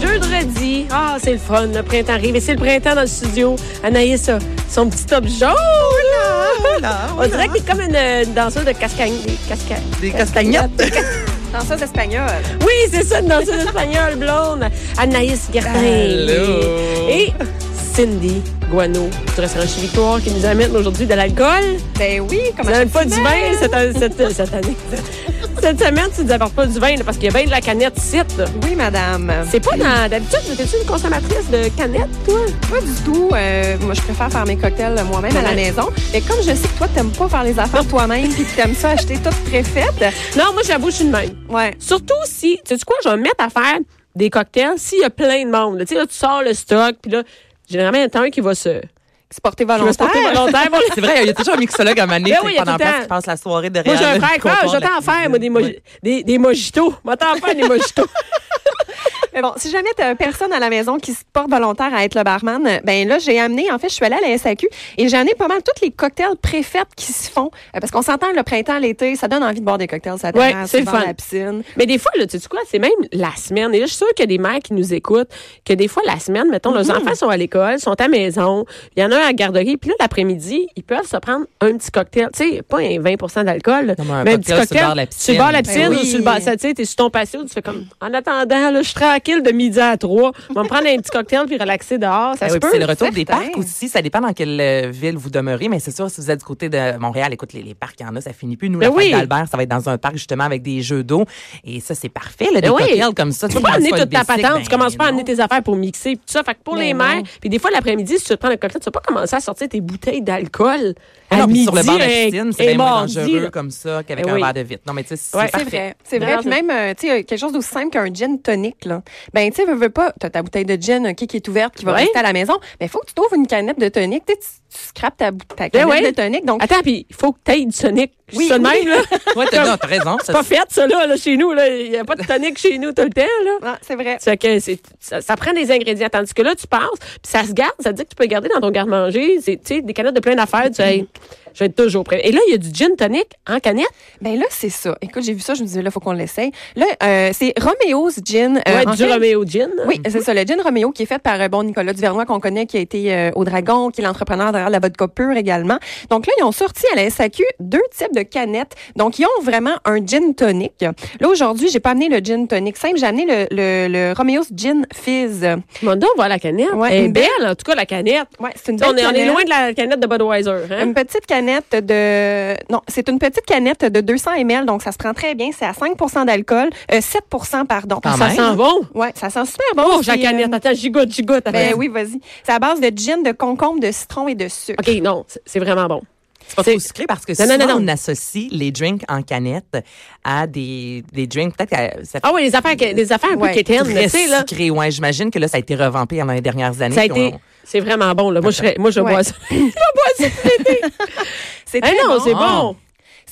Jeudi, ah, c'est le fun, le printemps arrive. Et c'est le printemps dans le studio. Anaïs a son petit top jaune. Oh On dirait que t'es comme une, euh, danseuse de cascagne. Des, casca... Des castagnettes. Des cas- Danseuse espagnole. Oui, c'est ça, une danseuse espagnole blonde. Anaïs Gertin. Allô. Et Cindy Guano, du restaurant chez Victoire, qui nous amène aujourd'hui de l'alcool. Ben oui, Tu comment n'amènes pas du vin cette, an- cette- cette année. Cette semaine, tu ne nous apportes pas du vin là, parce qu'il y a bien de la canette ici. là. Oui, madame. C'est pas dans. D'habitude, t'es-tu une consommatrice de canettes, toi? Pas du tout. euh, moi, je préfère faire mes cocktails euh, moi-même à la Ouais. maison. Mais comme je sais que toi, t'aimes pas faire les affaires toi-même puis que t'aimes ça acheter tout préfète, Non, moi, j'avoue, je suis de même. ouais. Surtout si, tu sais quoi, je vais me mettre à faire des cocktails s'il y a plein de monde. là. Tu sais, là, tu sors le stock, puis là, généralement, t'as un qui va se. C'est porté qui va se volontaire. porter volontaire. Bon, C'est vrai, Eh, il y a toujours un mixologue à maner Ben c'est oui, il y a pendant tout le la place temps. qui passe la soirée derrière. Moi, j'ai un le frère qui fait, Ah, comptoir je de la t'en faire, moi, des, cuisine. mo- Ouais. des, des mojitos. Moi, t'en faire des mojitos. Mais bon, si jamais t'as personne à la maison qui se porte volontaire à être le barman, euh, ben là, j'ai amené, en fait, je suis allée à la SAQ et j'ai amené pas mal tous les cocktails préfètes qui se font. Euh, Parce qu'on s'entend le printemps, l'été, ça donne envie de boire des cocktails à la Ouais, terrasse, c'est le devant fun. la piscine. Mais des fois, là, tu sais quoi, c'est même la semaine. Et là, je suis sûre qu'il y a des mères qui nous écoutent, que des fois, la semaine, mettons, leurs Mm-hmm. enfants sont à l'école, sont à maison, il y en a un à la garderie, puis là, l'après-midi, ils peuvent se prendre un petit cocktail. Tu sais, pas un 20 d'alcool, Non, mais un mais un cocktail petit sur le bord cocktail. de la Sur le bord de la piscine piscine. Ben ou oui. sur le bas, tu sais, t'es sur ton patio, tu fais comme, en attendant, là, je suis tranquille de midi à 3, je vais me prendre un petit cocktail puis relaxer dehors, ça Ben se oui, peut. puis c'est le retour des certain. parcs aussi. Ça dépend dans quelle euh, ville vous demeurez, mais c'est sûr, si vous êtes du côté de Montréal, écoute, les, les parcs, il y en a, ça finit plus. Nous, Ben la oui. fête d'Albert, ça va être dans un parc justement avec des jeux d'eau. Et ça, c'est parfait, là, des Ben oui. cocktails comme ça. Tu peux pas amener toute ta patente, ben Ben tu commences pas à amener tes tes affaires pour mixer, puis tout ça. Fait que pour Mais les non. mères, puis des fois l'après-midi, si tu te prends le cocktail, tu vas pas commencer à sortir tes bouteilles d'alcool à Ah non, puis midi. sur le banc de la hein, piscine, c'est et bien moins mardi, dangereux là. comme ça qu'avec Eh un oui. verre de vitre. Non, mais tu sais, c'est Ouais. C'est parfait. vrai, c'est vrai. Regarde, Puis même, euh, tu sais, euh, quelque chose d'aussi simple qu'un gin tonic, là. Ben, tu sais, veux, veux pas, t'as ta bouteille de gin, OK, qui est ouverte, qui va Ouais. rester à la maison, mais faut que tu trouves une canette de tonic. Tu sais, tu- tu scrapes ta, bou- ta canette Ben ouais. de tonic, donc... Attends, puis il faut que t'ailles du tonic. Je Oui, suis ça de oui. même, là. Ouais, t'as non, t'as raison. C'est pas fait, ça, là, là, chez nous. là. Il n'y a pas de tonic chez nous tout le temps, là. Ah, c'est vrai. Ça, fait que c'est- ça, ça prend des ingrédients. Tandis que là, tu passes, puis ça se garde. Ça veut dire que tu peux garder dans ton garde-manger c'est, tu sais, des canettes de plein d'affaires. Tu sais, hey, je vais être toujours prêt. Et là, il y a du gin tonic en canette. Ben là, c'est ça. Écoute, j'ai vu ça, je me disais, là, faut qu'on l'essaye. Là, euh, c'est Romeo's Gin. euh, Ouais, en du fait- Romeo Gin. Oui, c'est ça, le gin Romeo qui est fait par euh, bon Nicolas Duvernois qu'on connaît, qui a été euh, au Dragon, qui est l'entrepreneur derrière la vodka pure également. Donc là, ils ont sorti à la SAQ deux types de canettes. Donc, ils ont vraiment un gin tonic. Là, aujourd'hui, j'ai pas amené le gin tonic simple, j'ai amené le, le, le Romeo's Gin Fizz. Mandon, on voit la canette. Ouais, Elle est une belle, en tout cas, la canette. Ouais, c'est une Tu sais, belle on, est, on est canette. loin de la canette de Budweiser. Hein? Une petite canette de non, c'est une petite canette de 200 ml, donc ça se prend très bien. C'est à 5% d'alcool, euh, 7% pardon. Quand ça même. sent bon. Ouais, ça sent super bon. Oh, puis, la canette. euh, Attends, j'y goûte, j'y goûte. Ben attends. oui, vas-y. C'est à base de gin, de concombre, de citron et de sucre. OK, non, c'est- c'est vraiment bon. C'est pas trop sucré parce que Non, non, non, souvent, non. on associe les drinks en canette à des, des drinks, peut-être que ça fait Ah oui, les affaires, que- des affaires un Ouais. peu quétaines, très tu sais, là. sucré. Ouais, j'imagine que là, ça a été revampé dans les dernières années. Ça a puis on- été... C'est vraiment bon, là. Moi, je, serais- moi, je Ouais. bois ça. je bois ça tout l'été. C'est Ah très non, bon. c'est bon.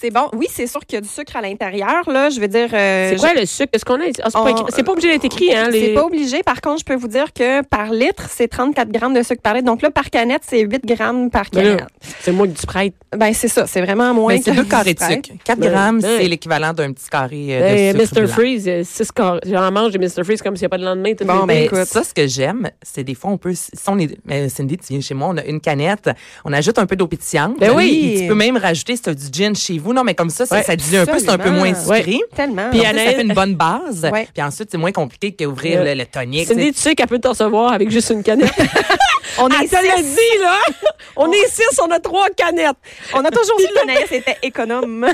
C'est bon. Oui, c'est sûr qu'il y a du sucre à l'intérieur. Là, je veux dire. euh, C'est quoi le sucre? Est-ce qu'on a... Ah, c'est, pas On- écrit- c'est pas obligé d'être écrit, hein? je- Les... C'est pas obligé. Par contre, je peux vous dire que par litre, c'est 34 grammes de sucre par litre. Donc là, par canette, c'est 8 grammes par Ben là, canette. c'est moi qui du Sprite. Ben, c'est ça. C'est vraiment moins Ben, c'est que deux du carrés de Sprite. sucre. 4 Ben, grammes, ben. c'est l'équivalent d'un petit carré euh, de Ben, sucre Mr. blanc. Freeze, euh, six corps. J'en mange des Mr. Freeze comme s'il n'y a pas de lendemain. tout le- Bon, ben, Ben, écoute. ça, ce que j'aime, c'est des fois, on peut, si on est, mais Cindy, tu viens chez moi, on a une canette, on ajoute un peu d'eau pétillante. Ben oui. Puis Tu peux même rajouter si tu du gin chez vous. Non, mais comme ça, ça, Ouais, ça dilue un peu, c'est un peu moins absolument. sucré. Tellement. Puis En plus, ça fait une bonne base. Ouais. Puis ensuite, c'est moins compliqué qu'ouvrir Ouais. le, le tonic. tu Cindy, sais. tu sais qu'elle peut te recevoir avec juste une canette. on, Elle est te l'a six. Ah dit, là. On est six, on a trois canettes. on a toujours dit qu'Anaïs était économe. Non,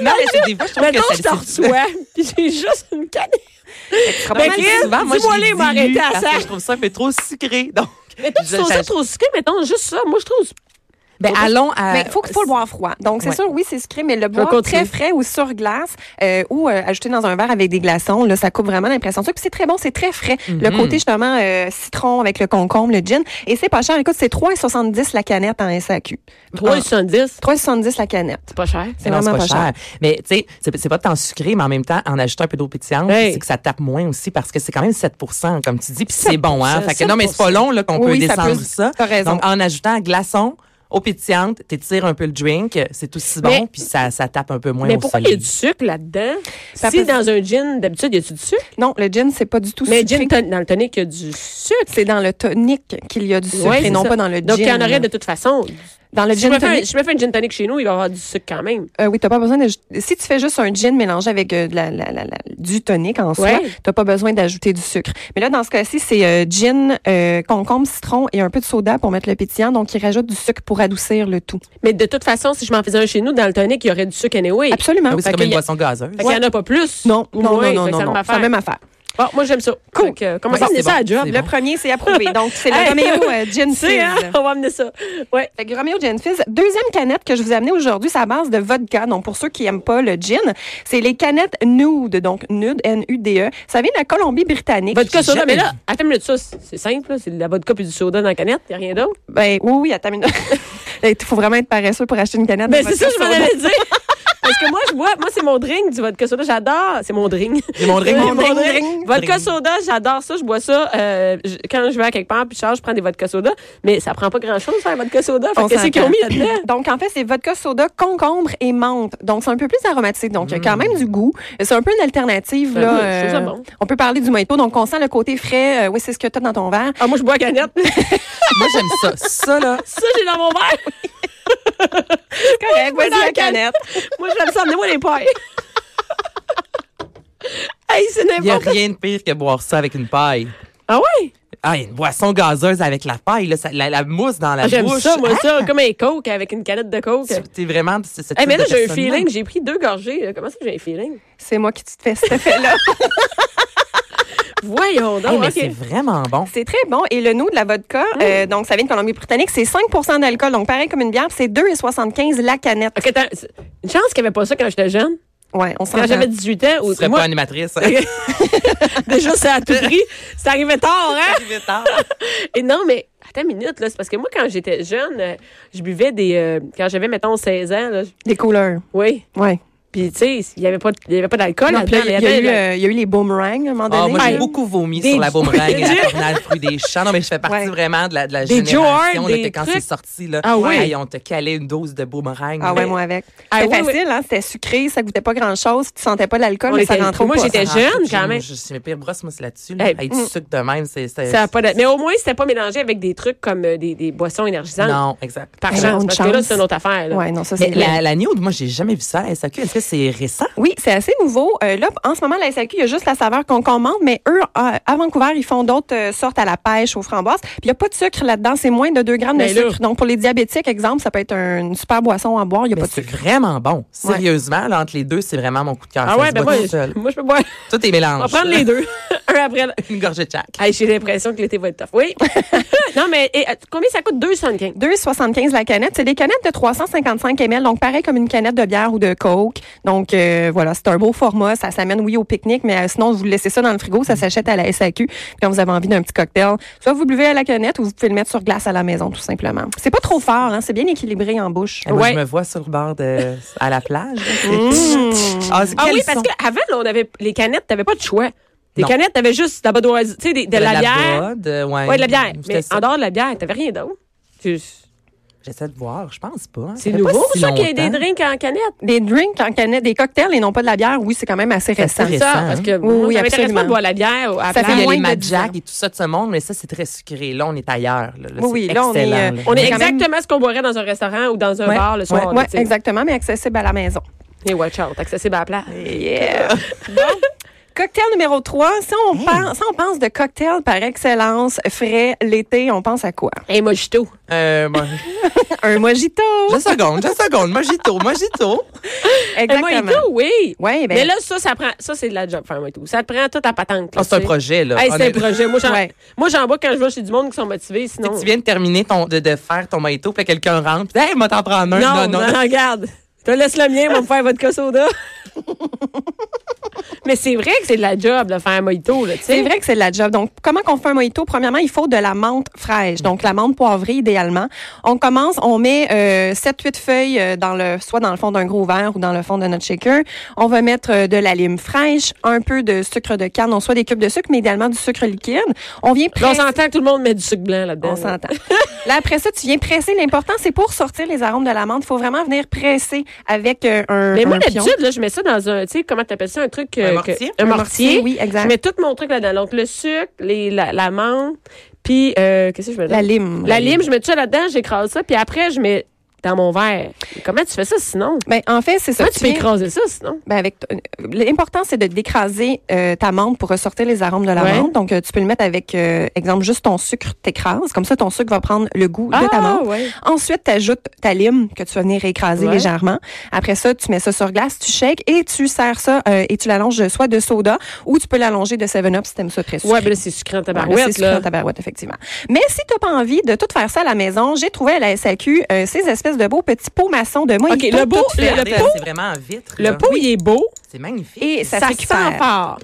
mais c'est des fois, je trouve Maintenant, que je t'en ça reçois, puis j'ai juste une canette. Pas Ben, mal Chris, souvent, moi, je dis-moi les les, dilue m'arrêter à parce ça. que Je trouve ça un peu trop sucré. Donc, Mais toi, tu je- trouves ça j'ach- trop sucré, mettons, juste ça. Moi, je trouve Ben, allons à. Mais il faut, faut le boire froid. Donc, c'est Ouais. sûr, oui, c'est sucré, mais le boire continuer. très frais ou sur glace euh, ou euh, ajouté dans un verre avec des glaçons, là, ça coupe vraiment l'impression de sucre. Puis c'est très bon, c'est très frais. Le côté, justement, euh, citron avec le concombre, le gin. Et c'est pas cher. Écoute, c'est 3,70 la canette en SAQ. Ah. 3,70, 3,70 la canette. c'est pas cher. C'est Non, vraiment pas, cher. Mais tu sais, c'est c'est pas tant sucré, mais en même temps, en ajoutant un peu d'eau pétillante, Hey. c'est que ça tape moins aussi parce que c'est quand même 7 comme tu dis. Puis c'est bon, hein? Fait que non, mais c'est pas 7%. long là, qu'on Oui, peut ça peut- descendre ça. t'as raison. Donc, en ajoutant glaçon, eau pétillante, t'étires un peu le drink, c'est aussi bon, Mais- puis ça, ça tape un peu moins Mais au pourquoi il y a solide. du sucre là-dedans? Ça Si peut- dans un gin, d'habitude, il y a du sucre? Non, le gin, c'est pas du tout Mais sucré. gin, ton- dans le tonic, il y a du sucre. c'est dans le tonic qu'il y a du sucre Ouais, et c'est non ça. pas dans le gin. Donc, il y en aurait de toute façon. Dans le Si je, gin me fais un, tonic. si je me fais un gin tonic chez nous, il va y avoir du sucre quand même. Euh, oui, t'as pas besoin de. Si tu fais juste un gin mélangé avec euh, de la, la- la- la- du tonic en soi, Ouais. t'as pas besoin d'ajouter du sucre. Mais là, dans ce cas-ci, c'est euh, gin, euh, concombre, citron et un peu de soda pour mettre le pétillant. Donc, ils rajoutent du sucre pour adoucir le tout. Mais de toute façon, si je m'en faisais un chez nous, dans le tonic, il y aurait du sucre anyway. Absolument. Ah oui, c'est Fait comme une qu'il y a- boisson gazeuse. Fait qu'il n'y en a pas plus. Non, non, Ouais, fait non, non, que non, ça non. me C'est la même affaire. Bon, ben, moi, j'aime ça. Cool. Fait que, euh, comment Ouais, ça, c'est c'est ça bon, à job? c'est là? bon. premier, c'est approuvé. Donc, c'est Hey. le Romeo euh, Gin Tu sais, hein? Fizz. On va amener ça. Ouais. Fait que Romeo Gin Fizz, deuxième canette que je vous ai amenée aujourd'hui, c'est à base de vodka. Donc, pour ceux qui aiment pas le gin, c'est les canettes nude. Donc, nude, N-U-D-E. E. Ça vient de la Colombie-Britannique. Vodka soda, jamais mais là, attends une minute, ça, c'est c'est simple, là. c'est de la vodka puis du soda dans la canette, il a rien d'autre. Ben oui, oui, attends une minute. Il faut vraiment être paresseux pour acheter une canette. de Ben, c'est vodka ça, je m'en soda. allais dire. Parce que moi, je bois, moi, c'est mon drink du vodka soda, j'adore. C'est mon drink. C'est mon drink, Euh, mon drink, drink. Vodka Drink. soda, j'adore ça, je bois ça. euh, je- quand je vais à quelque part puis je charge, je prends des vodka soda. Mais ça prend pas grand chose, faire un vodka soda. Fait On que qu'est-ce qu'ils ont mis s'entend. là-dedans? Donc, en fait, c'est vodka soda, concombre et menthe. Donc, c'est un peu plus aromatique. Donc, il y a quand même du goût. C'est un peu une alternative. Ben Là, euh, oui, je trouve ça bon. On peut parler du mojito. Donc, on sent le côté frais. euh, oui, c'est ce que tu as dans ton verre. Ah, moi, je bois à canette. Moi, j'aime ça. Ça, là, ça, j'ai dans mon verre. Correct, dans vas-y la la canette. Moi, j'aime ça. Amenez-moi les pailles. hey, c'est il n'y a n'importe quoi. rien de pire que boire ça avec une paille. Ah ouais? Ah, une boisson gazeuse avec la paille, là, ça- la, la mousse dans la J'aime bouche. ça, moi, Ah, ça. Comme un coke avec une canette de coke. tu- T'es vraiment. c'est- c'est- Hey, mais là, de j'ai un personne-là. feeling. J'ai pris deux gorgées. là. Comment ça, j'ai un feeling? C'est moi qui te fais cet effet-là. Voyons Hey, donc. mais OK. c'est vraiment bon. c'est très bon. Et le nous de la vodka, Ah euh, donc, ça vient de Colombie-Britannique. C'est 5 d'alcool. Donc, pareil comme une bière, c'est 2,75 la canette. OK, attends, c'est- une chance qu'il n'y avait pas ça quand j'étais jeune. Ouais, on s'en Quand j'avais 18 ans, Tu ou serais moi, pas animatrice. déjà, ça à tout prix. C'est arrivé tard, hein? Arrivé tard. Et non, mais attends une minute, là. C'est parce que moi, quand j'étais jeune, euh, je buvais des. euh, quand j'avais, mettons, 16 ans, là, je- Des couleurs. oui. Ouais. Puis, tu sais, il n'y avait pas, il y avait pas d'alcool Ah Non, puis là-dedans. mais là, il, y a attends, eu, là, euh, il y a eu les boomerangs, à un moment Ah, donné. moi, j'ai là. beaucoup vomi Des sur la Dieu. boomerang et Des la Dieu. tornade fruit des champs. Non, mais je fais partie Ouais. vraiment de la, de la Des génération Joe Hart, là, des que quand trucs. c'est sorti, là, Ah oui. hey, on te calait une dose de boomerang. Ah ouais, là. moi avec. Ah, C'était oui, oui. facile, hein? C'était sucré, ça goûtait pas grand-chose, tu sentais pas l'alcool, On mais ça était- rentrait moi, pas. j'étais Ça rentre, jeune, j'ai- quand même. Je suis mes pires brosses, moi, c'est là-dessus. Là. Hey, mm. Hey, du sucre de même, c'est. euh, c'est- ça a pas d'a- mais au moins, c'était pas mélangé avec des trucs comme euh, des, des boissons énergisantes. Non, exact. Par Eh ben, chance. une Parce que là, chance. c'est une autre affaire. Là. Ouais, non, ça Mais c'est la, la nude, moi, j'ai jamais vu ça à SAQ. Est-ce que c'est récent? Oui, c'est assez nouveau. Euh, là, en ce moment, la SAQ, il y a juste la saveur qu'on commande, mais eux, à, à Vancouver, ils font d'autres euh, sortes à la pêche, aux framboises. Puis il n'y a pas de sucre là-dedans, c'est moins de 2 grammes de Mais là- sucre. Donc pour les diabétiques, exemple, ça peut être un- une super boisson à boire, il n'y a Mais pas de c'est sucre. vraiment bon. Sérieusement, là, entre les deux, c'est vraiment mon coup de cœur. Ah Ça ouais, se ben boit moi, tout seul. je- moi, je peux boire. Tout est On mélange. va prendre les deux. Ah, Un après l'autre. Une gorgée de chaque. Hey, J'ai l'impression que l'été va être tough. Oui. non, mais et, euh, combien ça coûte? 2,75. 2,75 la canette. C'est des canettes de 355 ml, donc pareil comme une canette de bière ou de coke. Donc euh, voilà, c'est un beau format. Ça s'amène, oui, au pique-nique, mais euh, sinon, vous le laissez ça dans le frigo, ça s'achète à la SAQ. Puis Quand vous avez envie d'un petit cocktail, soit vous buvez à la canette ou vous pouvez le mettre sur glace à la maison, tout simplement. C'est pas trop fort, hein? c'est bien équilibré en bouche. Eh, moi, Ouais. Mm. Je me vois sur le bord de, à la plage. c'est- Ah quels oui, parce sont- qu'avant, on avait les canettes, t'avais pas de choix. Les Non. canettes, t'avais juste de la badoise, tu sais, des- de, la, bière. boîte, euh, ouais. Ouais, de la bière. C'était Mais ça. en dehors de la bière, t'avais rien d'autre. Tu- J'essaie de voir, je pense pas. hein. Ça C'est fait pas nouveau, si ça, qu'il y ait longtemps. des drinks en canette. Des drinks en canette, des cocktails et non pas de la bière, oui, c'est quand même assez récent. assez C'est ça, hein? parce que Oui, moi, oui, ça m'intéresse pas absolument. de boire la bière ou à la Ça Tu sais, place. Il y a moins les de Mad dix Jack ans. et tout ça de ce monde, mais ça, c'est très sucré. Là, on est ailleurs. Là, Là, Oui, oui, c'est là, on est, excellent, euh, là. On est quand même- exactement ce qu'on boirait dans un restaurant ou dans un Ouais, bar le soir. Oui, là, tu sais. exactement, mais accessible à la maison. Et watch out, accessible à la place. Yeah. Cocktail numéro 3, si on, Mm. pense, si on pense de cocktail par excellence, frais, l'été, on pense à quoi? Un mojito. Euh, bon, Un mojito! juste une seconde, juste une seconde. Mojito, mojito. Un mojito, oui. Oui, ben, Mais là, ça, ça prend. Ça, c'est de la job, faire un mojito. Ça te prend toute ta patente. là, Ah, c'est un tu sais. projet, là. Hey, c'est un Honnêtement. projet. Moi, j'en, Ouais. moi, j'en bois quand je vais chez du monde qui sont motivés. Sinon. Si tu viens de terminer ton, de, de faire ton mojito, puis quelqu'un rentre, puis, hey, moi t'en prendre un. non, non, non, regarde. Je te laisse le mien, on va me faire votre soda. Mais c'est vrai que c'est de la job de faire un mojito, là, tu sais. C'est vrai que c'est de la job. Donc, comment qu'on fait un mojito? Premièrement, il faut de la menthe fraîche. Donc, la menthe poivrée, idéalement. On commence, on met euh, 7-8 feuilles euh, dans le, soit dans le fond d'un gros verre ou dans le fond de notre shaker. On va mettre euh, de la lime fraîche, un peu de sucre de canne. On soit des cubes de sucre, mais idéalement du sucre liquide. On vient Puis on presser. s'entend que tout le monde met du sucre blanc là-dedans. On là. s'entend. Là, après ça, tu viens presser. L'important, c'est pour sortir les arômes de la menthe. Il faut vraiment venir presser avec euh, un. Mais moi, un pion. d'habitude, là, je mets ça dans un, tu sais, comment t'appelles ça, un truc. euh, Un que- mortier? un Un mortier. mortier, oui, exact. Je mets tout mon truc là-dedans. Donc, le sucre, les, la, la menthe, puis, euh, qu'est-ce que je mets là? La lime. La lime, je mets tout ça là-dedans, j'écrase ça, puis après, je mets dans mon verre. Comment tu fais ça sinon? Ben, en fait, c'est ça. Comment tu peux viens- écraser ça sinon? Ben avec t- l'important c'est de décraser euh, ta menthe pour ressortir les arômes de la Ouais. menthe. Donc euh, tu peux le mettre avec euh, exemple juste ton sucre t'écrases comme ça ton sucre va prendre le goût de ta menthe. Ah, ouais. Ensuite, tu ajoutes ta lime que tu vas venir écraser Ouais. légèrement. Après ça, tu mets ça sur glace, tu shakes et tu sers ça euh, et tu l'allonges soit de soda ou tu peux l'allonger de 7 up si t'aimes ça très sucré. Ouais, ben là, c'est sucré en Ouais, tabarouette, c'est sucré là. en tabarouette, effectivement. Mais si t'as pas envie de tout faire ça à la maison, j'ai trouvé à la SAQ euh, ces espèces de beaux petits pots maçons de moi. OK, le beau, le, le pot, C'est vraiment en vitre. le là. pot, il est beau. C'est magnifique. Et ça, Ça, sent s'écupère. fort.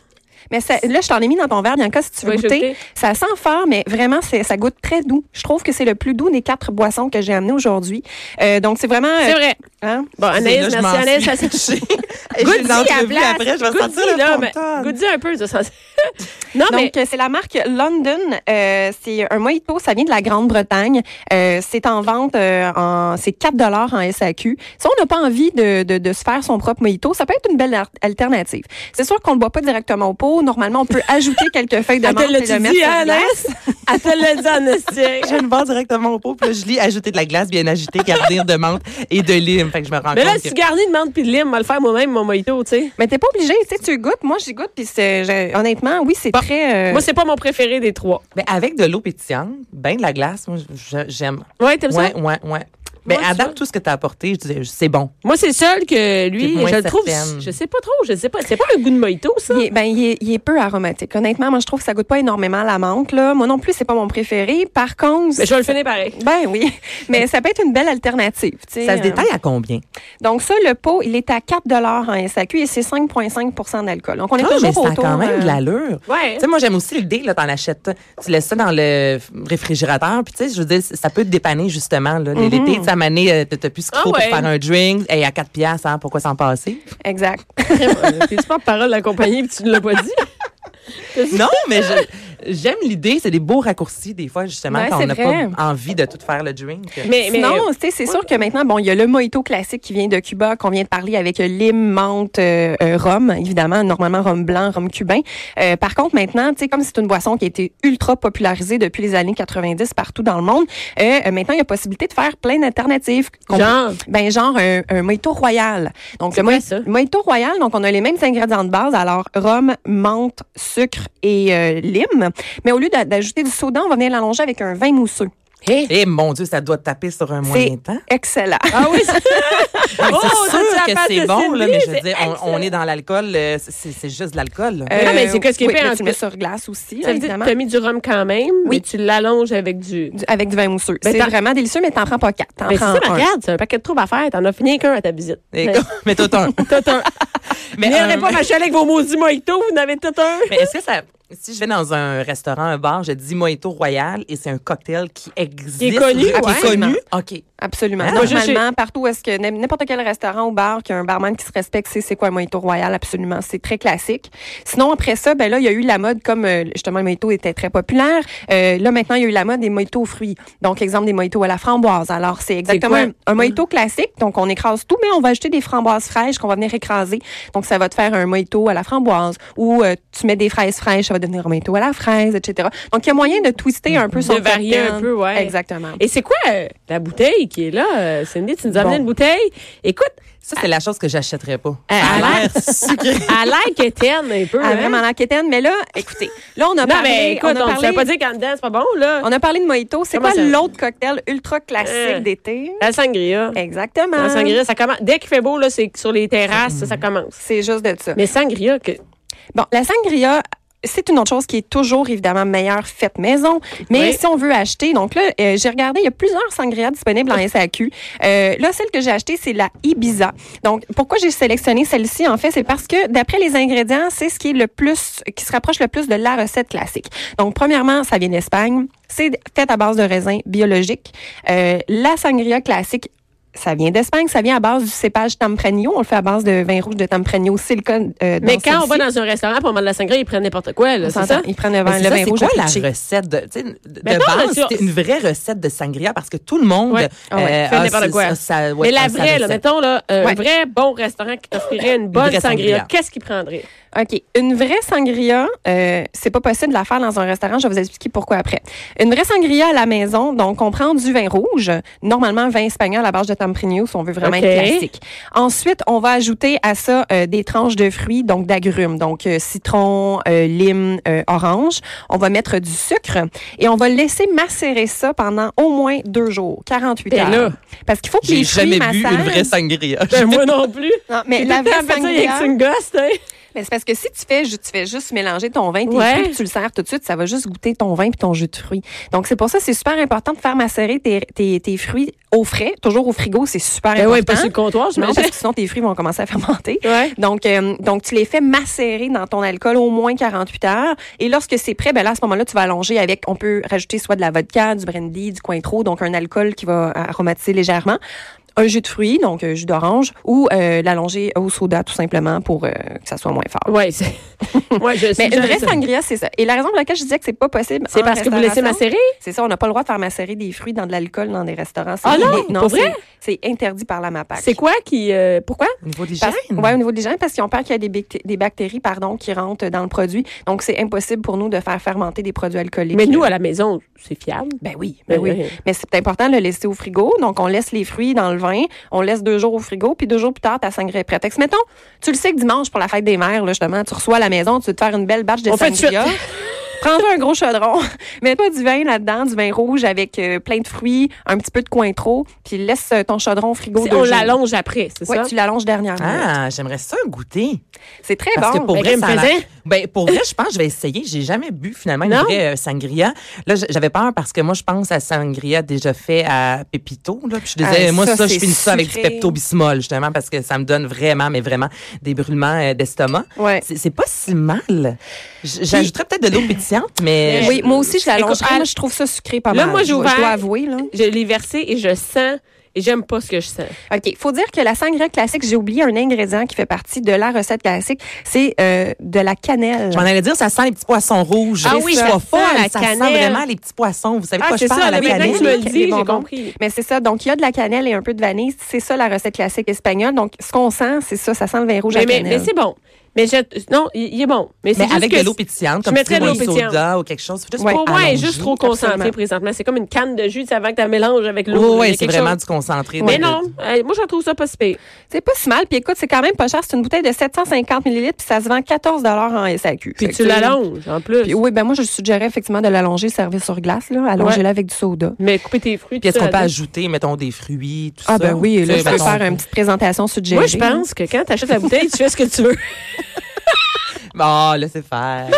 Mais ça- là, je t'en ai mis dans ton verre, Bianca, si tu veux Oui, je goûter. goûte. Ça sent fort, mais vraiment, c'est- ça goûte très doux. Je trouve que c'est le plus doux des quatre boissons que j'ai amené aujourd'hui. Euh, donc, c'est vraiment. euh, C'est vrai. hein? Bon, Anaïs, là, je merci, m'en Anaïs. suis ça- cachée. J'ai Goody une à entrevue place. après, je vais Goody, ressortir le là, mais- fronton. Goody un peu, ça sent... Non, Ah, mais... Donc, euh, c'est la marque London. Euh, c'est un mojito, ça vient de la Grande-Bretagne. Euh, c'est en vente, euh, en, c'est 4 en SAQ. Si on n'a pas envie de, de, de se faire son propre mojito, ça peut être une belle ar- alternative. C'est sûr qu'on ne le boit pas directement au pot. Normalement, on peut ajouter quelques feuilles de Elle menthe te et le l'a mettre dit, sur hein, glace. Anaïs? Elle te l'a dit, Anastasia. Je viens de voir directement au pot, puis là, je lis ajouter de la glace bien agitée, garnir de menthe et de lime. Fait que je me rends Mais là, compte si que... tu garnis de menthe puis de lime, on va le faire moi-même, mon mojito, tu sais. Mais t'es pas obligé, tu sais, tu goûtes. Moi, j'y goûte, puis c'est- j'ai- honnêtement, oui, c'est très. euh, Moi, c'est pas mon préféré des trois. Ben, avec de l'eau pétillante, ben de la glace, moi, je- j'aime. Ouais, t'aimes ça? Ouais, ouais, ouais. Ben, Moi, à tu date, vois. tout ce que tu as apporté, je disais, c'est bon. Moi, c'est le seul que T'es lui, moins je le trouve. certaine. Je sais pas trop, je sais pas. C'est pas un goût de mojito, ça? il est, ben, il est, il est peu aromatique. Honnêtement, moi, je trouve que ça goûte pas énormément la menthe. Là. Moi non plus, c'est pas mon préféré. Par contre, Mais je vais le finir pareil. ben oui, mais ça peut être une belle alternative. tu sais, Ça se euh. détaille à combien? Donc ça, le pot, il est à 4 en SAQ et c'est 5,5 d'alcool. Donc on est Ah, mais toujours ça a autour. quand même euh, de l'allure. Ouais. Tu sais, moi, j'aime aussi l'idée, là, t'en achètes. Tu laisses ça dans le f- réfrigérateur, puis tu sais, je veux dire, ça peut te dépanner, justement, là. L'été, tu sais, à maner, euh, t'as t'as plus ce qu'il Ah faut ouais. pour faire un drink. Et à 4 piastres, hein, pourquoi s'en passer? Exact. euh, T'es-tu pas parole de la compagnie puis tu ne l'as pas dit? non, mais je- j'aime l'idée. C'est des beaux raccourcis, des fois, justement, Ouais, quand c'est on n'a vrai. pas envie de tout faire le drink. Mais, mais Sinon, tu sais, c'est sûr que maintenant, bon, il y a le mojito classique qui vient de Cuba, qu'on vient de parler avec lime, menthe, euh, euh, rhum, évidemment, normalement rhum blanc, rhum cubain. Euh, par contre, maintenant, tu sais, comme c'est une boisson qui a été ultra popularisée depuis les années 90 partout dans le monde, euh, euh, maintenant, il y a possibilité de faire plein d'alternatives. qu'on peut- Genre? Ben, genre un, un mojito royal. Donc, C'est le moi- quoi ça? mojito royal, donc on a les mêmes ingrédients de base, alors rhum, menthe, sucre et euh, lime. Mais au lieu d'a- d'ajouter du soda, on va venir l'allonger avec un vin mousseux. Eh mon Dieu, ça doit taper sur un moyen C'est temps. excellent. Ah oui, c'est Ouais, Oh, Ah, c'est ça, sûr c'est la que patte de c'est Euh, bon, là, Cindy, mais je veux c'est dire, on, on excellent. est dans l'alcool, euh, c'est c'est juste de l'alcool. là. non, mais c'est que ce qui est Euh, oui, fait mais en- tu le mets sur glace aussi, Ça là, veut dire évidemment, que t'as mis du rhum quand même, mais Oui. tu l'allonges avec du. du- avec du vin mousseux. Ben, c'est t'en- vraiment délicieux, mais t'en prends pas quatre. T'en Mais c'est prends ça, mais un. regarde, c'est un paquet de troubles à faire. T'en as fini qu'un à ta visite. Et Mais- comme- Mais tout un. Tout un. Mais, N'irez euh, pas ma chalet avec vos maudits mojitos, vous n'avez tout un. mais est-ce que ça. Si je vais dans un restaurant, un bar, je dis Mojito Royal et c'est un cocktail qui existe. Qui est connu, Ah, qui est ouais. connu. OK. Absolument. Hein? Moi, je Normalement, partout où est-ce que n'im- n'importe quel restaurant ou bar qui a un barman qui se respecte, c'est c'est quoi un mojito royal absolument, c'est très classique. Sinon après ça, ben là il y a eu la mode comme euh, justement le mojito était très populaire. Euh, là maintenant il y a eu la mode des mojitos aux fruits. Donc exemple des mojitos à la framboise. Alors c'est exactement quoi? un, un mojito classique, donc on écrase tout mais on va ajouter des framboises fraîches qu'on va venir écraser. Donc ça va te faire un mojito à la framboise ou euh, tu mets des fraises fraîches, ça va devenir un mojito à la fraise, etc. Donc il y a moyen de twister un peu son varier un cocktail. peu, ouais. Exactement. Et c'est quoi euh, la bouteille qui est là. Euh, Cindy, tu nous as amené Bon. une bouteille. Écoute, Ça, c'est la chose que j'achèterais pas. elle Ça a a Ah, l'air l'air sucré. elle a l'air quétaine un peu. Ah, hein? vraiment la quétaine. Mais là, écoutez, là, on a Non, parlé. mais écoute, on a on ne parlé, pas dire qu'en dedans, c'est pas bon, là. on a parlé de mojito. C'est Comment pas ça- l'autre cocktail ultra classique Euh. d'été. La sangria. Exactement. La sangria, ça commence. Dès qu'il fait beau, là, c'est sur les terrasses, ça, ça Mm. commence. C'est juste de ça. Mais sangria, que. Bon, la sangria, c'est une autre chose qui est toujours évidemment meilleure faite maison. Mais Oui. si on veut acheter, donc là, euh, j'ai regardé, il y a plusieurs sangrias disponibles Ah. en SAQ. Euh, là, celle que j'ai achetée, c'est la Ibiza. Donc, pourquoi j'ai sélectionné celle-ci, en fait, c'est parce que d'après les ingrédients, c'est ce qui est le plus, qui se rapproche le plus de la recette classique. Donc, premièrement, ça vient d'Espagne. C'est fait à base de raisins biologiques. Euh, la sangria classique ça vient d'Espagne, ça vient à base du cépage Tempranillo. On le fait à base de vin rouge de Tempranillo silicone. euh, dans Mais quand on celle-ci. va dans un restaurant pour manger de la sangria, ils prennent n'importe quoi, là. On C'est s'entend, Ben, ça? ils prennent le Mais vin, c'est le ça, vin c'est rouge quoi à la pitcher. recette de, tu sais, de Mais non, base, mais Ben, sur- c'est une vraie recette de sangria parce que tout le monde Ouais. Ah ouais, fait n'importe c'est- quoi. ça- ça- ouais, Mais la a sa vraie, là, recette. mettons, là, un Ouais. vrai bon restaurant qui t'offrirait une bonne vraie sangria, sangria. qu'est-ce qu'il prendrait? OK. Une vraie sangria, euh, c'est pas possible de la faire dans un restaurant. Je vais vous expliquer pourquoi après. Une vraie sangria à la maison, donc on prend du vin rouge, normalement vin espagnol à base de Tempranillo si on veut vraiment OK. être classique. Ensuite, on va ajouter à ça euh, des tranches de fruits, donc d'agrumes, donc euh, citron, euh, lime, euh, orange. On va mettre du sucre et on va laisser macérer ça pendant au moins deux jours, 48 Ben heures. là. Parce qu'il faut que J'ai les fruits jamais bu macèrent. une vraie sangria. Ben, moi non plus. Non, mais J'ai la tout le vraie temps fait ça sangria, avec une gosse, hein? mais c'est parce que si tu fais, ju- tu fais juste mélanger ton vin et tes Ouais. fruits, puis tu le sers tout de suite, ça va juste goûter ton vin puis ton jus de fruits. Donc, c'est pour ça, c'est super important de faire macérer tes, tes, tes fruits au frais, toujours au frigo, c'est super Ben important. oui, pas sur le comptoir, je Non, m'imagine. parce que sinon, tes fruits vont commencer à fermenter. Ouais. Donc, euh, donc, tu les fais macérer dans ton alcool au moins 48 heures. Et lorsque c'est prêt, ben là, à ce moment-là, tu vas allonger avec, on peut rajouter soit de la vodka, du brandy, du cointreau, donc un alcool qui va aromatiser légèrement. Un jus de fruits, donc euh, jus d'orange, ou euh, l'allonger au soda, tout simplement, pour euh, que ça soit moins fort. Ouais, c'est. Moi, je Mais une suggère vraie ça. sangria, c'est ça. Et la raison pour laquelle je disais que c'est pas possible. C'est en parce que vous laissez restauration, macérer? C'est ça, on n'a pas le droit de faire macérer des fruits dans de l'alcool dans des restaurants. C'est- Ah non, pour c'est- vrai? c'est interdit par la MAPAC. C'est quoi qui. euh, pourquoi? Au niveau de l'hygiène. Parce- ouais, au niveau des gens, parce qu'on parle qu'il y a des, bict- des bactéries pardon, qui rentrent dans le produit. Donc, c'est impossible pour nous de faire fermenter des produits alcooliques. Mais nous, à la maison, c'est fiable. Ben oui, ben euh, Ben oui. oui. Mais c'est important de le laisser au frigo. Donc, on laisse les fruits dans le vin, on laisse deux jours au frigo, puis deux jours plus tard, ta sangria est prête. Fait que, mettons, tu le sais que dimanche, pour la fête des mères, là, justement, tu reçois à la maison, tu veux te faire une belle batch de On fait de sangria. Prends-toi un gros chaudron, mets-toi du vin là-dedans, du vin rouge avec euh, plein de fruits, un petit peu de cointreau, puis laisse euh, ton chaudron au frigo C'est- deux On jours. l'allonge après, c'est Ouais, ça? tu l'allonges dernièrement. Ah, j'aimerais ça goûter. C'est très Parce bon. que pour Ben, vrai, qu'est-ce Eh ça que a faisais? l'air- ben, pour vrai, je pense que je vais essayer. J'ai jamais bu finalement une Non? vraie euh, sangria. Là, j- j'avais peur parce que moi, je pense à sangria déjà fait à Pépito. Là, puis je disais, Ah, moi, ça, ça, c'est je finis ça avec du sucré. Pepto-Bismol, justement, parce que ça me donne vraiment, mais vraiment, des brûlements euh, d'estomac. Ouais. C'est c'est pas si mal. J- J'ajouterais peut-être de l'eau pétillante, mais... Oui, moi aussi, je l'allonge. Écoute, Moi, elle- je trouve ça sucré pas Là, mal. moi, j'ai je dois- je ouvert- dois avouer, là. Je l'ai versé et je sens. Et j'aime pas ce que je sens. OK. Faut dire que la sangria classique, j'ai oublié un ingrédient qui fait partie de la recette classique. C'est euh, de la cannelle. Je m'en allais dire, ça sent les petits poissons rouges. Ah Je oui, suis ça pas sent folle, la ça cannelle. sent vraiment les petits poissons. Vous savez Ah, quoi je c'est parle ça, à la là, maintenant cannelle? que tu me le dis, Les j'ai bonbons. compris. Mais c'est ça. Donc, il y a de la cannelle et un peu de vanille. C'est ça, la recette classique espagnole. Donc, ce qu'on sent, c'est ça. Ça sent le vin rouge à Mais, la mais, cannelle. mais c'est bon. Mais je, non, il il est bon. Mais, c'est Mais juste avec que de l'eau pétillante, je comme mettrais si de l'eau un soda ou quelque chose. Juste Pour moi, elle est allonger. juste trop concentrée absolument. présentement. C'est comme une canne de jus tu sais, avant que tu la mélanges avec l'eau. Oui, là, il y oui, a Oh, c'est quelque vraiment chose. du concentré. Mais de- non, de- euh, moi, je trouve ça pas si pire. C'est pas si mal. Puis écoute, c'est quand même pas cher. C'est une bouteille de 750 ml puis ça se vend 14 en SAQ. Puis Fait tu que- l'allonges, en plus. Puis oui, ben moi, je suggérais effectivement de l'allonger, servir sur glace, là. Allonger-la avec du soda. Mais couper tes fruits. Puis est-ce tout qu'on ça, peut là. ajouter, mettons, des fruits, tout ça? Ah ben oui, là, Tu je sais, peux mettons- faire une petite présentation suggérée. Moi, je pense que quand tu achètes la bouteille, tu fais ce que tu veux. Ah, laissez faire.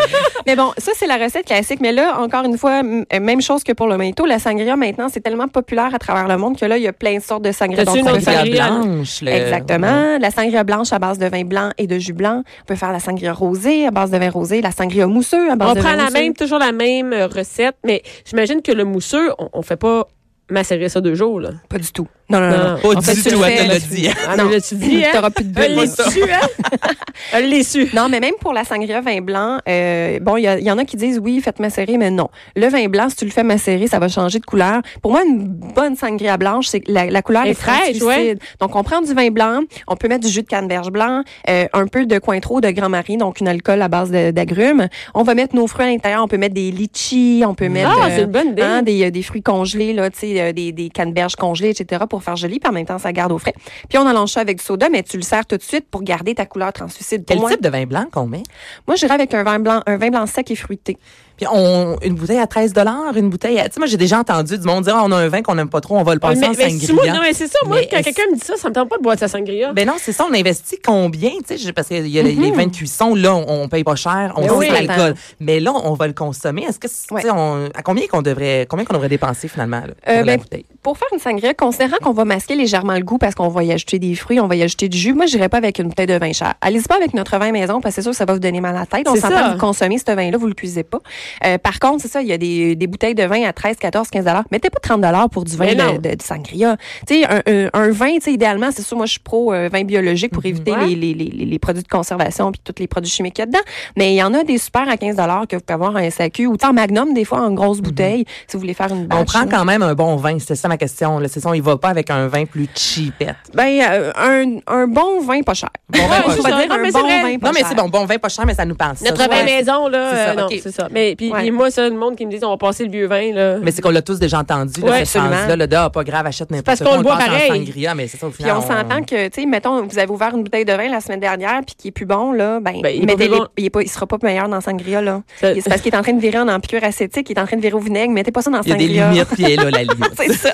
Mais bon, ça, c'est la recette classique. Mais là, encore une fois, m- euh, même chose que pour le mojito. La sangria, maintenant, c'est tellement populaire à travers le monde que là, il y a plein de sortes de sangria. T'as-tu Donc, une ça autre peut faire- La sangria, là. blanche. le- Exactement. La sangria blanche à base de vin blanc et de jus blanc. On peut faire la sangria rosée à base de vin rosé, la sangria mousseux à base On de prend vin la mousseux. même, toujours la même euh, recette, mais j'imagine que le mousseux, on, on fait pas macérer ça deux jours, là. Pas du tout. Non, non, non. non. Pas En fait, du tu le tout à fais, te là, le tu- dire. Ah, Non. mais là, tu dis, hein? T'auras plus de Elle bulles. les su, hein? Elle les su. Non, mais même pour la sangria vin blanc, euh, bon, il y, a- il y en a qui disent oui, faites macérer, mais non. Le vin blanc, si tu le fais macérer, ça va changer de couleur. Pour moi, une bonne sangria blanche, c'est que la, la couleur Elle est est fraîche, translucide. ouais. Donc, on prend du vin blanc, on peut mettre du jus de canneberge blanc, euh, un peu de cointreau, de Grand-Marie, donc une alcool à base de- d'agrumes. On va mettre nos fruits à l'intérieur, on peut mettre des litchis, on peut mettre Ah, euh, c'est une bonne idée. hein, des, euh, des fruits congelés, là, tu sais, euh, des, des canneberges congelées, etc., pour faire joli, puis en même temps, ça garde au frais. Puis on allonge ça avec du soda, mais tu le sers tout de suite pour garder ta couleur translucide. Pour Quel moi, type de vin blanc qu'on met? moi, j'irais avec un vin blanc, un vin blanc sec et fruité. Puis on, une bouteille à 13 une bouteille à... Tu sais, moi, j'ai déjà entendu du monde dire, Ah, on a un vin qu'on n'aime pas trop, on va le passer Mais, en mais sangria. c'est moi- non, mais c'est ça, moi, Mais quand est-ce- quelqu'un me dit ça, ça me tente pas de boire de sa sangria. Ben non, c'est ça, on investit combien, tu sais, je- parce qu'il y a les- les vins de cuisson, là, on, on paye pas cher, on Mais sent oui. l'alcool. Mais là, on va le consommer. Est-ce que, c'est- Ouais. tu sais, on- à combien qu'on devrait, combien qu'on devrait dépenser finalement, là, Euh, pour la ben, bouteille? Pour faire une sangria, considérant qu'on va masquer légèrement le goût parce qu'on va y ajouter des fruits, on va y ajouter du jus, moi, j'irais pas avec une bouteille de vin cher. Allez-y pas avec notre vin maison parce que c'est sûr que ça va vous donner mal à la tête. On C'est ça. s'entend que vous consommez ce vin-là, vous le cuisez pas. Euh, par contre, c'est ça, il y a des, des bouteilles de vin à 13, 14, 15 dollars. Mettez pas 30 dollars pour du vin Mais non. de, de- de sangria. Tu sais, un, un- un vin, tu sais, idéalement, c'est sûr, moi, je suis pro euh, vin biologique pour éviter Mhm. Ouais. les, les- les- les- les produits de conservation puis tous les produits chimiques qu'il y a dedans. Mais il y en a des super à 15 dollars que vous pouvez avoir en SAQ ou en magnum, des fois, en grosse Mhm. bouteille, si vous voulez faire une batch, On prend là. quand même un bon vin, c'est ça ma question. Là. C'est ça, il va pas avec un vin plus cheapette. Ben, euh, un, un bon vin pas cher. Bon vin Ouais, pas c'est On va ça. cher. dire Non, un mais c'est bon vrai. vin pas Non, mais cher. c'est bon, bon vin pas cher, mais ça nous pense. Notre ça. vin Ouais. maison, là, C'est ça, euh, non, ok. c'est ça. Mais puis Ouais. puis moi, ça, le monde qui me dit on va passer le vieux vin, là. Mais c'est qu'on l'a tous déjà entendu, là, Ouais, cette absolument. phrase-là, le de, Ah, pas grave, achète n'importe parce quoi. qu'on le boit pense en pareil. sangria, mais c'est ça, au Puis final. on s'entend que, tu sais, mettons, vous avez ouvert une bouteille de vin la semaine dernière, puis qui est plus bon, là, ben, Ben, il est pas mettez plus bon. il, est pas, il sera pas meilleur dans Sangria, là. Ça- C'est parce qu'il est en train de virer en ampure acétique, il est en train de virer au vinaigre, mettez pas ça dans Il y a des Sangria. limites, puis elle a la limite. C'est ça.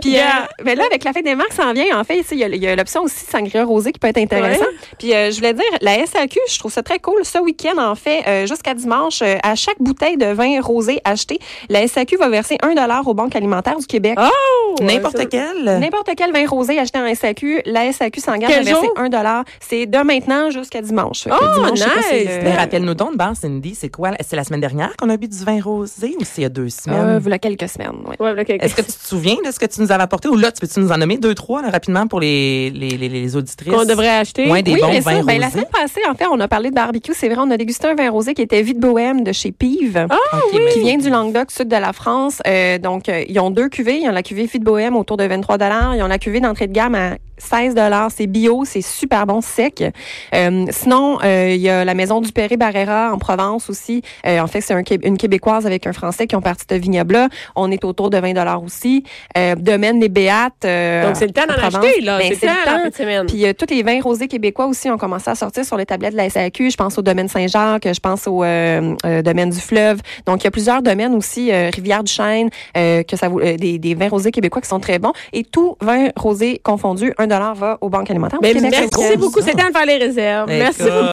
Puis, Yeah. euh, ben là, avec la fête des marques, ça en vient. En fait, ici, il y a- il y a l'option aussi sangria rosé qui peut être intéressante. Puis, euh, je voulais dire, la SAQ, je trouve ça très cool. Ce week-end, en fait, euh, jusqu'à dimanche, euh, à chaque bouteille de vin rosé achetée, la SAQ va verser 1 aux banques alimentaires du Québec. Oh! N'importe Ça- quel. N'importe quel vin rosé acheté en SAQ, la SAQ s'engage à Quel verser jour? 1 C'est de maintenant jusqu'à dimanche. Fait que Oh, dimanche, je sais pas, c'est nice! le- Mais rappelle-nous donc, ben, Cindy, c'est quoi? C'est la semaine dernière qu'on a bu du vin rosé ou c'est il y a deux Euh, semaines? voilà quelques semaines. ouais. Ouais, là, quelqu'un- Est-ce que tu te souviens de ce que tu nous avais apporté? Ou là, tu peux-tu nous en nommer deux, trois, là, rapidement, pour les, les, les, les auditrices? qu'on devrait acheter? Ouais, des oui, bons bien vins sûr. Ben, la rosés. semaine passée, en fait, on a parlé de barbecue. C'est vrai, on a dégusté un vin rosé qui était vide bohème de chez Pive. Ah Ok, ben, mais- Qui vient du Languedoc, sud de la France. Euh, donc, euh, ils ont deux cuvées. Ils ont la cuvée Fit Bohème autour de 23 Ils ont la cuvée d'entrée de gamme à 16 C'est bio, c'est super bon, sec. Euh, sinon, euh, il y a la maison du Péré Barrera en Provence aussi. Euh, en fait, c'est un Qué- une Québécoise avec un Français qui ont parti de vignoble On est autour de 20 aussi. Euh, Domaine des Béates. euh, Donc, c'est le temps d'en en Provence. acheter, là. Ben, c'est le temps, la petite semaine. puis euh, tous les vins rosés québécois aussi ont commencé à sortir sur les tablettes de la SAQ. Je pense au domaine Saint-Jacques, je pense au euh, euh, domaine du fleuve. Donc il y a plusieurs domaines aussi, euh, Rivière du Chêne, euh, que ça vaut- euh, des, des vins rosés québécois qui sont très bons. Et tout vin rosé confondu, un dollar va aux banques alimentaires. Ben, Au Québec, merci Québec. beaucoup. C'est le temps de faire les réserves. Ben, Écoute. Merci beaucoup.